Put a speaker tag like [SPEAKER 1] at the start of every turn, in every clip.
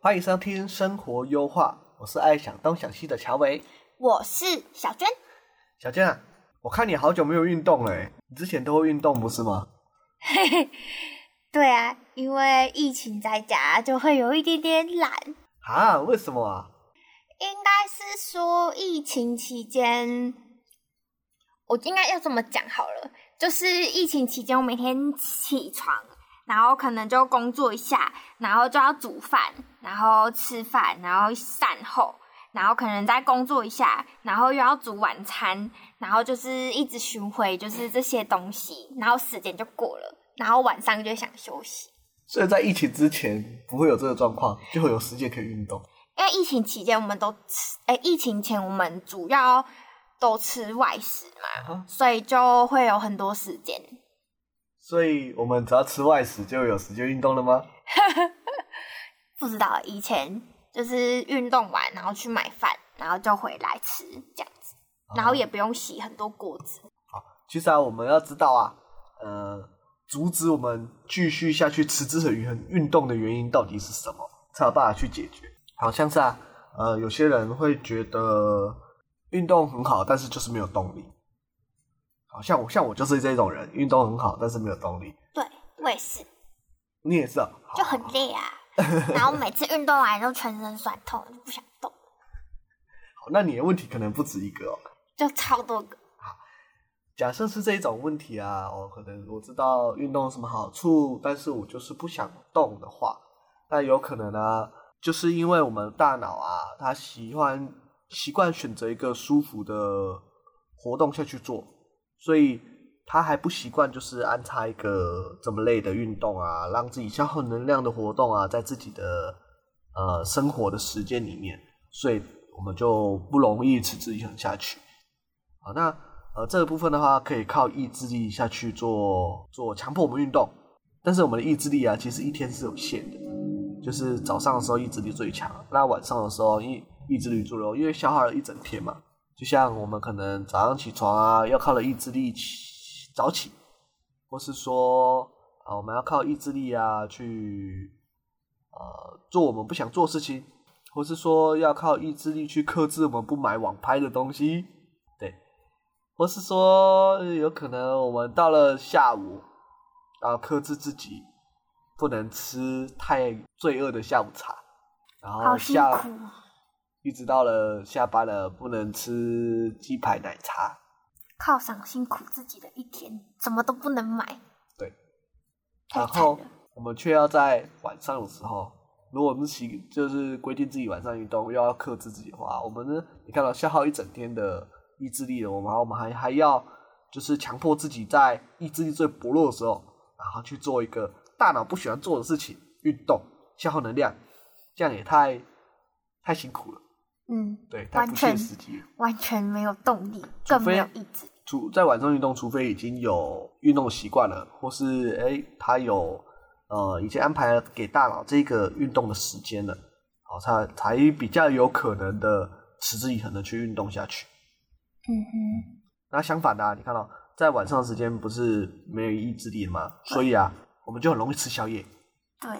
[SPEAKER 1] 欢迎收听《生活优化》，我是爱想东想西的乔维。
[SPEAKER 2] 我是小娟，
[SPEAKER 1] 小娟啊，我看你好久没有运动了欸，你之前都会运动不是吗？
[SPEAKER 2] 嘿嘿，对啊，因为疫情在家就会有一点点懒，
[SPEAKER 1] 啊，为什么啊？
[SPEAKER 2] 应该是说疫情期间，我应该要这么讲好了，就是疫情期间我每天起床，然后可能就工作一下，然后就要煮饭，然后吃饭，然后善后，然后可能再工作一下，然后又要煮晚餐，然后就是一直巡回，就是这些东西，然后时间就过了，然后晚上就想休息。
[SPEAKER 1] 所以在疫情之前不会有这个状况，就会有时间可以运动。
[SPEAKER 2] 因为疫情期间我们都吃，哎、疫情前我们主要都吃外食嘛，
[SPEAKER 1] 啊、
[SPEAKER 2] 所以就会有很多时间。
[SPEAKER 1] 所以我们只要吃外食就有时间运动了吗？
[SPEAKER 2] 不知道以前就是运动完，然后去买饭，然后就回来吃这样子，
[SPEAKER 1] 嗯
[SPEAKER 2] 然后也不用洗很多锅子。
[SPEAKER 1] 其实啊，我们要知道啊，呃，阻止我们继续下去持之以恒运动的原因到底是什么，才有办法去解决。好像是啊，呃，有些人会觉得运动很好，但是就是没有动力。好像我像我就是这种人，运动很好，但是没有动力。
[SPEAKER 2] 对，我也是，
[SPEAKER 1] 你也是啊，好
[SPEAKER 2] 就很累啊。
[SPEAKER 1] 哦
[SPEAKER 2] 然后每次运动完都全身酸痛，就不想动，
[SPEAKER 1] 好那你的问题可能不止一个哦。
[SPEAKER 2] 就超多个。
[SPEAKER 1] 假设是这一种问题啊，我可能我知道运动有什么好处，但是我就是不想动的话，那有可能啊，就是因为我们大脑啊，它喜欢习惯选择一个舒服的活动下去做，所以它还不习惯就是安插一个这么累的运动啊，让自己消耗能量的活动啊，在自己的呃生活的时间里面，所以我们就不容易持之以恒下去。好，那呃这个部分的话，可以靠意志力下去做做强迫我们运动，但是我们的意志力啊，其实一天是有限的，就是早上的时候意志力最强，那晚上的时候意意志力最弱，因为消耗了一整天嘛。就像我们可能早上起床啊，要靠了意志力起早起，或是说啊、我们要靠意志力啊去呃做我们不想做的事情，或是说要靠意志力去克制我们不买网拍的东西。对，或是说有可能我们到了下午，然后克制自己不能吃太罪恶的下午茶，然后
[SPEAKER 2] 好辛
[SPEAKER 1] 下
[SPEAKER 2] 苦哦
[SPEAKER 1] 一直到了下班了不能吃鸡排奶茶，
[SPEAKER 2] 犒赏辛苦自己的一天，什么都不能买，
[SPEAKER 1] 对，
[SPEAKER 2] 太
[SPEAKER 1] 然
[SPEAKER 2] 惨
[SPEAKER 1] 后
[SPEAKER 2] 了。
[SPEAKER 1] 我们却要在晚上的时候，如果我们习就是规定自己晚上运动，又要克制自己的话，我们呢，你看到消耗一整天的意志力了，我们还我们还还要就是强迫自己在意志力最薄弱的时候，然后去做一个大脑不喜欢做的事情，运动消耗能量，这样也太太辛苦了，
[SPEAKER 2] 嗯，
[SPEAKER 1] 对，太
[SPEAKER 2] 完
[SPEAKER 1] 不
[SPEAKER 2] 全
[SPEAKER 1] 切实际了。
[SPEAKER 2] 完全没有动力，
[SPEAKER 1] 除
[SPEAKER 2] 更
[SPEAKER 1] 非
[SPEAKER 2] 没有意志。
[SPEAKER 1] 除在晚上运动，除非已经有运动习惯了，或是哎、诶他有呃已经安排了给大脑这个运动的时间了，好才才比较有可能的持之以恒的去运动下去。
[SPEAKER 2] 嗯哼，
[SPEAKER 1] 那相反的、啊，你看到在晚上的时间不是没有意志力的吗？所以啊，我们就很容易吃宵夜
[SPEAKER 2] 对，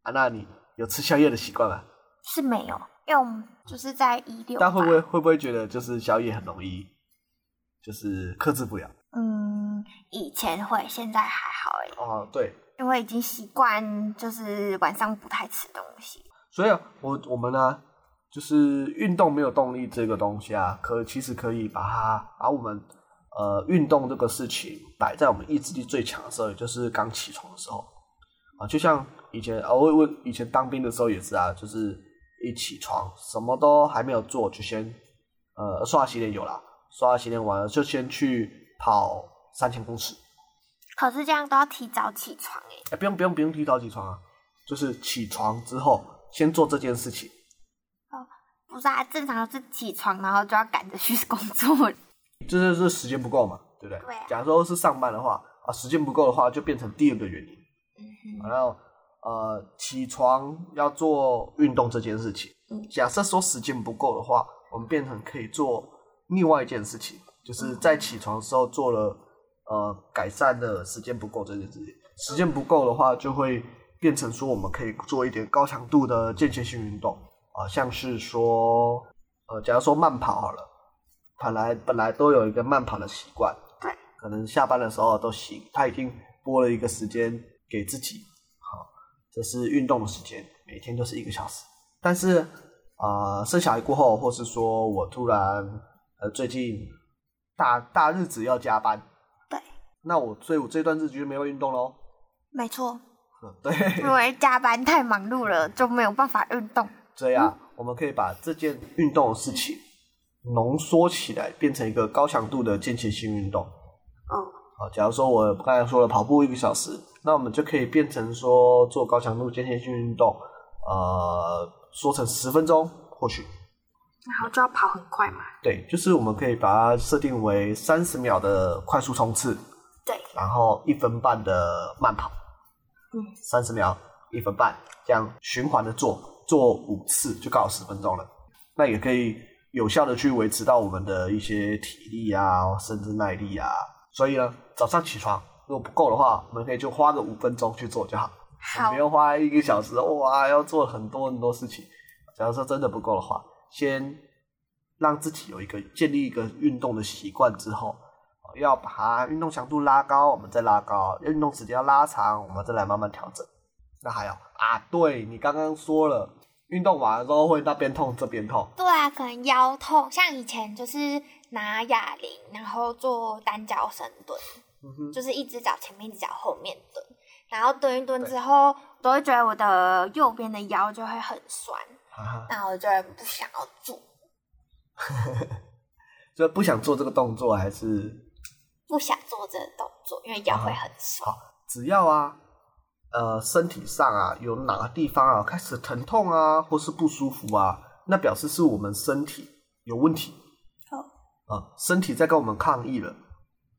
[SPEAKER 1] 啊。那你有吃宵夜的习惯吗？
[SPEAKER 2] 是没有，因为我们就是在一六。
[SPEAKER 1] 大家会不会会不会觉得就是宵夜很容易就是克制不了？
[SPEAKER 2] 嗯，以前会，现在还好哎，
[SPEAKER 1] 哦，对，
[SPEAKER 2] 因为已经习惯就是晚上不太吃东西。
[SPEAKER 1] 所以啊，我我们呢、就是运动没有动力这个东西啊，可其实可以把它把我们呃运动这个事情摆在我们意志力最强的时候，也就是刚起床的时候啊，就像以前啊，我我以前当兵的时候也是啊，就是一起床什么都还没有做，就先呃刷牙洗脸有啦，刷牙洗脸完了就先去跑三千公尺，
[SPEAKER 2] 可是这样都要提早起床哎、
[SPEAKER 1] 哎、不用不用不用提早起床啊，就是起床之后先做这件事情。
[SPEAKER 2] 不是啊，正常是起床然后就要赶着去工作了。
[SPEAKER 1] 就是是时间不够嘛，对不对？
[SPEAKER 2] 对啊
[SPEAKER 1] 假如说是上班的话啊，时间不够的话，就变成第二个原因。然后呃，起床要做运动这件事情
[SPEAKER 2] 嗯，
[SPEAKER 1] 假设说时间不够的话，我们变成可以做另外一件事情，就是在起床的时候做了呃改善的时间不够这件事情。时间不够的话，就会变成说我们可以做一点高强度的间歇性运动啊、像是说呃，假如说慢跑好了。本来本来都有一个慢跑的习惯，
[SPEAKER 2] 对，
[SPEAKER 1] 可能下班的时候都习，他已经拨了一个时间给自己，好，这是运动的时间，每天都是一个小时。但是啊、呃生小孩过后，或是说我突然呃最近大大日子要加班，
[SPEAKER 2] 对，
[SPEAKER 1] 那我所以我这段日子就没有运动喽，
[SPEAKER 2] 没错，
[SPEAKER 1] 嗯 对，
[SPEAKER 2] 因为加班太忙碌了，就没有办法运动。
[SPEAKER 1] 这样我们可以把这件运动的事情浓缩起来，变成一个高强度的间歇性运动。
[SPEAKER 2] 哦，
[SPEAKER 1] 啊，假如说我刚才说了跑步一个小时，那我们就可以变成说做高强度间歇性运动，呃，说成十分钟，或许
[SPEAKER 2] 然后就要跑很快嘛。
[SPEAKER 1] 对，就是我们可以把它设定为三十秒的快速冲刺，
[SPEAKER 2] 对，
[SPEAKER 1] 然后一分半的慢跑，
[SPEAKER 2] 嗯，
[SPEAKER 1] 三十秒一分半，这样循环的做，做五次就刚好十分钟了。那也可以有效的去维持到我们的一些体力啊，甚至耐力啊。所以呢，早上起床如果不够的话，我们可以就花个五分钟去做就好，
[SPEAKER 2] 好
[SPEAKER 1] 不，用花一个小时，哇，要做很多很多事情。假如说真的不够的话，先让自己有一个建立一个运动的习惯之后，呃要把它运动强度拉高，我们再拉高；运动时间要拉长，我们再来慢慢调整。那还有啊，对你刚刚说了，运动完了之后会那边痛这边痛，
[SPEAKER 2] 对啊，可能腰痛，像以前就是拿哑铃，然后做单脚深蹲，
[SPEAKER 1] 嗯哼，
[SPEAKER 2] 就是一只脚前面，一只脚后面蹲，然后蹲一蹲之后，都会觉得我的右边的腰就会很酸，
[SPEAKER 1] 哈哈，
[SPEAKER 2] 那我就会不想要做，
[SPEAKER 1] 所以不想做这个动作，还是
[SPEAKER 2] 不想做这个动作，因为腰会
[SPEAKER 1] 啊
[SPEAKER 2] 很酸。
[SPEAKER 1] 只要啊，呃，身体上啊有哪个地方啊开始疼痛啊，或是不舒服啊，那表示是我们身体有问题。
[SPEAKER 2] 哦
[SPEAKER 1] 啊、身体在跟我们抗议了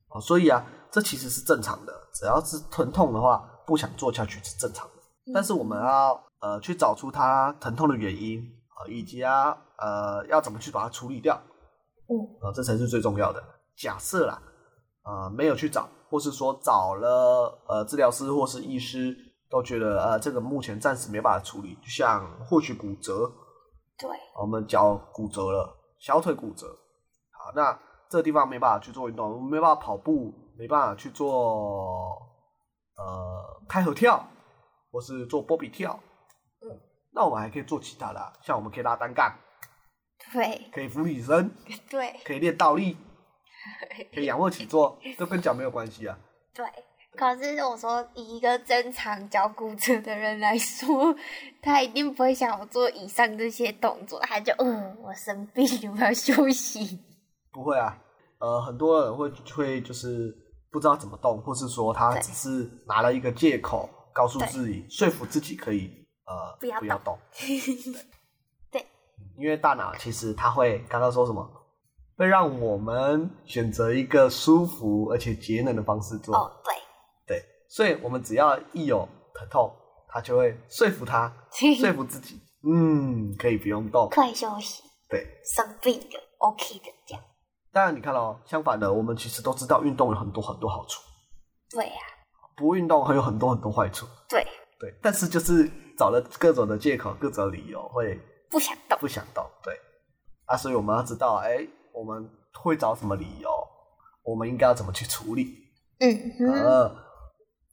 [SPEAKER 1] 啊、所以啊，这其实是正常的。只要是疼痛的话，不想做下去是正常的。但
[SPEAKER 2] 嗯
[SPEAKER 1] 是我们要呃去找出它疼痛的原因啊、以及啊呃要怎么去把它处理掉。
[SPEAKER 2] 嗯，
[SPEAKER 1] 啊，这才是最重要的。假设啦，啊、没有去找，或是说找了呃治疗师或是医师，都觉得呃这个目前暂时没办法处理，就像或许骨折，
[SPEAKER 2] 对，
[SPEAKER 1] 我们脚骨折了，小腿骨折，好，那这个地方没办法去做运动，我们没办法跑步，没办法去做呃开合跳，或是做波比跳，
[SPEAKER 2] 嗯，
[SPEAKER 1] 那我们还可以做其他的啊，像我们可以拉单杠，
[SPEAKER 2] 对，
[SPEAKER 1] 可以俯卧撑，
[SPEAKER 2] 对，
[SPEAKER 1] 可以练倒立，可以仰卧起坐，这跟脚没有关系啊。
[SPEAKER 2] 对。可是我说，以一个正常脚骨折的人来说，他一定不会想要做以上这些动作，他就嗯，我生病了，我要休息。
[SPEAKER 1] 不会啊，呃，很多人会会就是不知道怎么动，或是说他
[SPEAKER 2] 对
[SPEAKER 1] 只是拿了一个借口，告诉
[SPEAKER 2] 对
[SPEAKER 1] 自己说服自己可以呃
[SPEAKER 2] 不要
[SPEAKER 1] 不要
[SPEAKER 2] 动
[SPEAKER 1] 动，
[SPEAKER 2] 对，
[SPEAKER 1] 因为大脑其实它会刚刚说什么，会让我们选择一个舒服而且节能的方式做，
[SPEAKER 2] 哦，对，
[SPEAKER 1] 对，所以我们只要一有疼痛，它就会说服他，说 服自己，嗯，可以不用动，
[SPEAKER 2] 可以休息，
[SPEAKER 1] 对。
[SPEAKER 2] 生病了，OK 的，这样。
[SPEAKER 1] 当然，你看哦，相反的，我们其实都知道运动有很多很多好处，
[SPEAKER 2] 对呀、
[SPEAKER 1] 不运动还有很多很多坏处。
[SPEAKER 2] 对，
[SPEAKER 1] 对，但是就是找了各种的借口、各种理由，会
[SPEAKER 2] 不想动。
[SPEAKER 1] 不想动。对，啊，所以我们要知道，哎，我们会找什么理由，我们应该要怎么去处理。
[SPEAKER 2] 嗯哼，
[SPEAKER 1] 呃，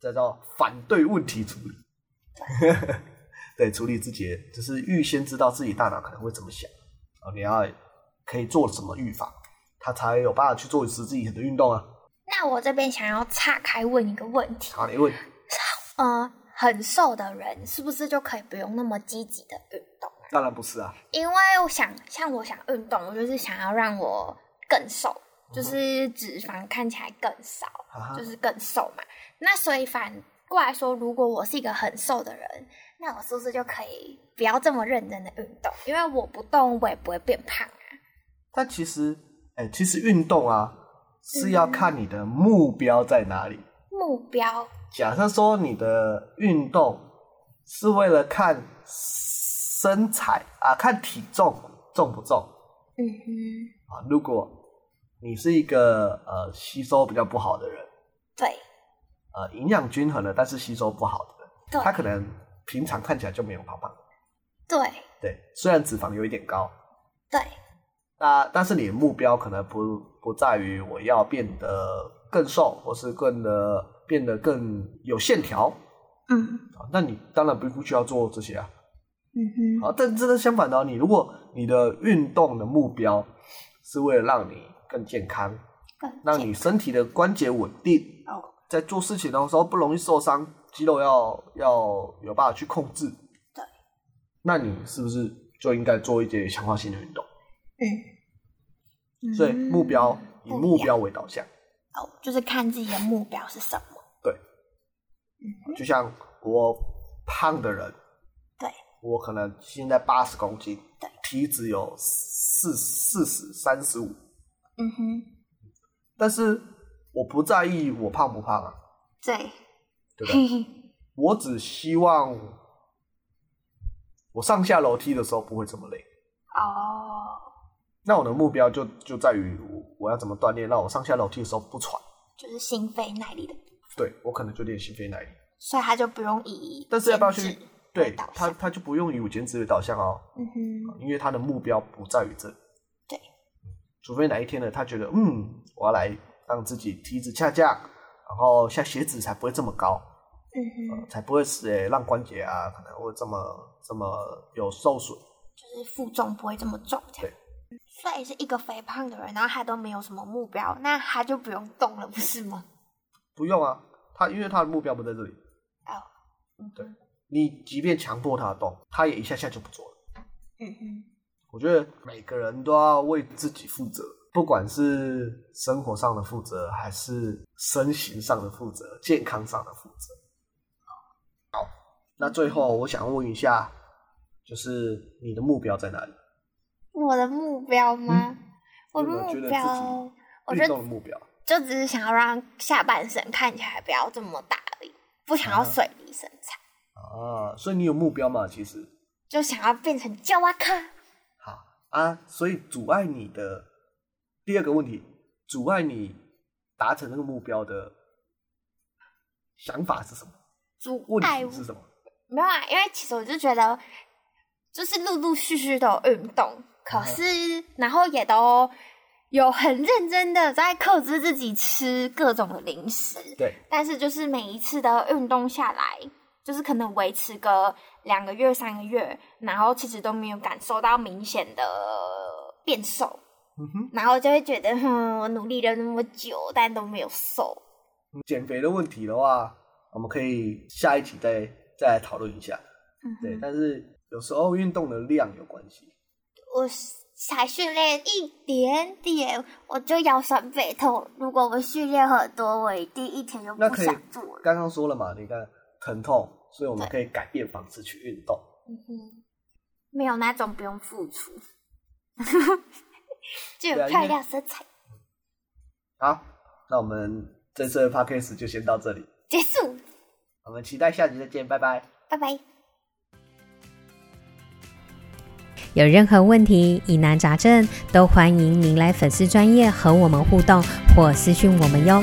[SPEAKER 1] 这叫反对问题处理。 对，处理自己的哦就是预先知道自己大脑可能会怎么想，啊，你要可以做什么预防。他才有办法去做实质以前的运动啊。
[SPEAKER 2] 那我这边想要岔开问一个问题，
[SPEAKER 1] 好，你问，
[SPEAKER 2] 嗯，很瘦的人是不是就可以不用那么积极的运动？
[SPEAKER 1] 当然不是啊，
[SPEAKER 2] 因为我想，像我想运动，我就是想要让我更
[SPEAKER 1] 嗯
[SPEAKER 2] 瘦，就是脂肪看起来更少，
[SPEAKER 1] 哈哈
[SPEAKER 2] 就，是更瘦嘛。那所以反过来说，如果我是一个很瘦的人，那我是不是就可以不要这么认真的运动？因为我不动，我也不会变胖啊。
[SPEAKER 1] 但其实，哎、其实运动啊是要看你的目标在哪里。
[SPEAKER 2] 目标
[SPEAKER 1] 假设说你的运动是为了看身材啊，看体重重不重
[SPEAKER 2] 嗯哼，
[SPEAKER 1] 啊。如果你是一个呃吸收比较不好的人，
[SPEAKER 2] 对
[SPEAKER 1] 呃营养均衡的，但是吸收不好的人，
[SPEAKER 2] 对
[SPEAKER 1] 他可能平常看起来就没有胖胖，
[SPEAKER 2] 对
[SPEAKER 1] 对，虽然脂肪有一点高，
[SPEAKER 2] 对，
[SPEAKER 1] 那但是你的目标可能不不在于我要变得更瘦，或是更的变得更有线条
[SPEAKER 2] 嗯
[SPEAKER 1] 啊，那你当然不不需要做这些啊。
[SPEAKER 2] 嗯哼，
[SPEAKER 1] 好，但这个相反的哦，你如果你的运动的目标是为了让你更健康，
[SPEAKER 2] 更
[SPEAKER 1] 让
[SPEAKER 2] 健
[SPEAKER 1] 你身体的关节稳定，
[SPEAKER 2] 哦
[SPEAKER 1] 在做事情的时候不容易受伤，肌肉要要有办法去控制。
[SPEAKER 2] 对，
[SPEAKER 1] 那你是不是就应该做一些强化性的运动？
[SPEAKER 2] 嗯，
[SPEAKER 1] 所以目标以
[SPEAKER 2] 嗯
[SPEAKER 1] 目标为导向，
[SPEAKER 2] 哦，就是看自己的目标是什么。
[SPEAKER 1] 就像我胖的人，
[SPEAKER 2] 对，
[SPEAKER 1] 我可能现在八十公斤
[SPEAKER 2] 对，
[SPEAKER 1] 体脂有四四十三十五，
[SPEAKER 2] 嗯哼，
[SPEAKER 1] 但是我不在意我胖不胖啊，
[SPEAKER 2] 对，
[SPEAKER 1] 对不对？我只希望我上下楼梯的时候不会这么累。
[SPEAKER 2] 哦，
[SPEAKER 1] 那我的目标就就在于我我要怎么锻炼，让我上下楼梯的时候不喘。
[SPEAKER 2] 就是心肺耐力的，
[SPEAKER 1] 对我可能就练心肺耐力，
[SPEAKER 2] 所以他就不用以，
[SPEAKER 1] 但是要不要去？对
[SPEAKER 2] 导
[SPEAKER 1] 他
[SPEAKER 2] 向
[SPEAKER 1] 他就不用以我减脂为导向哦，
[SPEAKER 2] 嗯哼，
[SPEAKER 1] 因为他的目标不在于这里。嗯
[SPEAKER 2] 对，
[SPEAKER 1] 除非哪一天呢，他觉得嗯，我要来让自己体脂下降，然后下血脂才不会这么高。
[SPEAKER 2] 嗯哼，
[SPEAKER 1] 才不会使、欸、让关节啊可能会这么这么有受损。
[SPEAKER 2] 就是负重不会这么重，这样嗯
[SPEAKER 1] 对。
[SPEAKER 2] 所以是一个肥胖的人，然后他都没有什么目标，那他就不用动了，不是吗？
[SPEAKER 1] 不用啊，他因为他的目标不在这里，
[SPEAKER 2] 哦，嗯哼
[SPEAKER 1] 对，你即便强迫他动，他也一下下就不做了。
[SPEAKER 2] 嗯哼，
[SPEAKER 1] 我觉得每个人都要为自己负责，不管是生活上的负责，还是身形上的负责，健康上的负责。好，那最后我想问一下，就是你的目标在哪里？
[SPEAKER 2] 我的目标吗？我的
[SPEAKER 1] 有没有嗯觉
[SPEAKER 2] 目
[SPEAKER 1] 得
[SPEAKER 2] 标，我
[SPEAKER 1] 运
[SPEAKER 2] 觉
[SPEAKER 1] 动
[SPEAKER 2] 得
[SPEAKER 1] 的目标。
[SPEAKER 2] 就只是想要让下半身看起来不要这么大而已，不想要
[SPEAKER 1] 啊
[SPEAKER 2] 水泥身材，
[SPEAKER 1] 啊，所以你有目标嘛？其实，
[SPEAKER 2] 就想要变成焦阿卡。
[SPEAKER 1] 好啊，所以阻碍你的第二个问题，阻碍你达成那个目标的想法是什么？
[SPEAKER 2] 阻
[SPEAKER 1] 问
[SPEAKER 2] 碍
[SPEAKER 1] 题是什么？
[SPEAKER 2] 没有啊，因为其实我就觉得，就是陆陆续续都有运动，可是然后也都有很认真的在克制自己吃各种的零食，
[SPEAKER 1] 对，
[SPEAKER 2] 但是就是每一次的运动下来，就是可能维持个两个月、三个月，然后其实都没有感受到明显的变瘦，
[SPEAKER 1] 嗯哼，
[SPEAKER 2] 然后就会觉得，哼，我努力了那么久，但都没有瘦。
[SPEAKER 1] 减肥的问题的话，我们可以下一集再再来讨论一下。
[SPEAKER 2] 嗯哼
[SPEAKER 1] 对，但是有时候运动的量有关系。
[SPEAKER 2] 我才训练一点点，我就腰酸背痛。如果我训练很多，我一定一天就
[SPEAKER 1] 那
[SPEAKER 2] 不
[SPEAKER 1] 可以
[SPEAKER 2] 想做了。
[SPEAKER 1] 刚刚说了嘛，你看疼痛，所以我们可以改变方式去运动。
[SPEAKER 2] 嗯哼，没有那种不用付出， 就有
[SPEAKER 1] 对啊因为
[SPEAKER 2] 漂亮身材。
[SPEAKER 1] 好，那我们这次的 podcast 就先到这里，
[SPEAKER 2] 结束，
[SPEAKER 1] 我们期待下集再见，拜拜。
[SPEAKER 2] 拜拜。
[SPEAKER 3] 有任何问题、疑难杂症，都欢迎您来粉丝专业和我们互动或私讯我们哟。